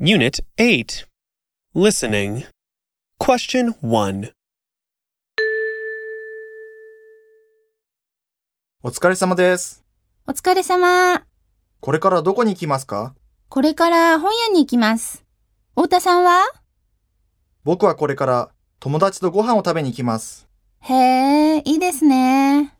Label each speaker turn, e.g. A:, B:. A: Unit 8 Listening Question 1
B: お疲れ様です。
C: お疲れ様。
B: これからどこに行きますか
C: これから本屋に行きます。太田さんは
B: 僕はこれから友達とご飯を食べに行きます。
C: へえ、いいですね。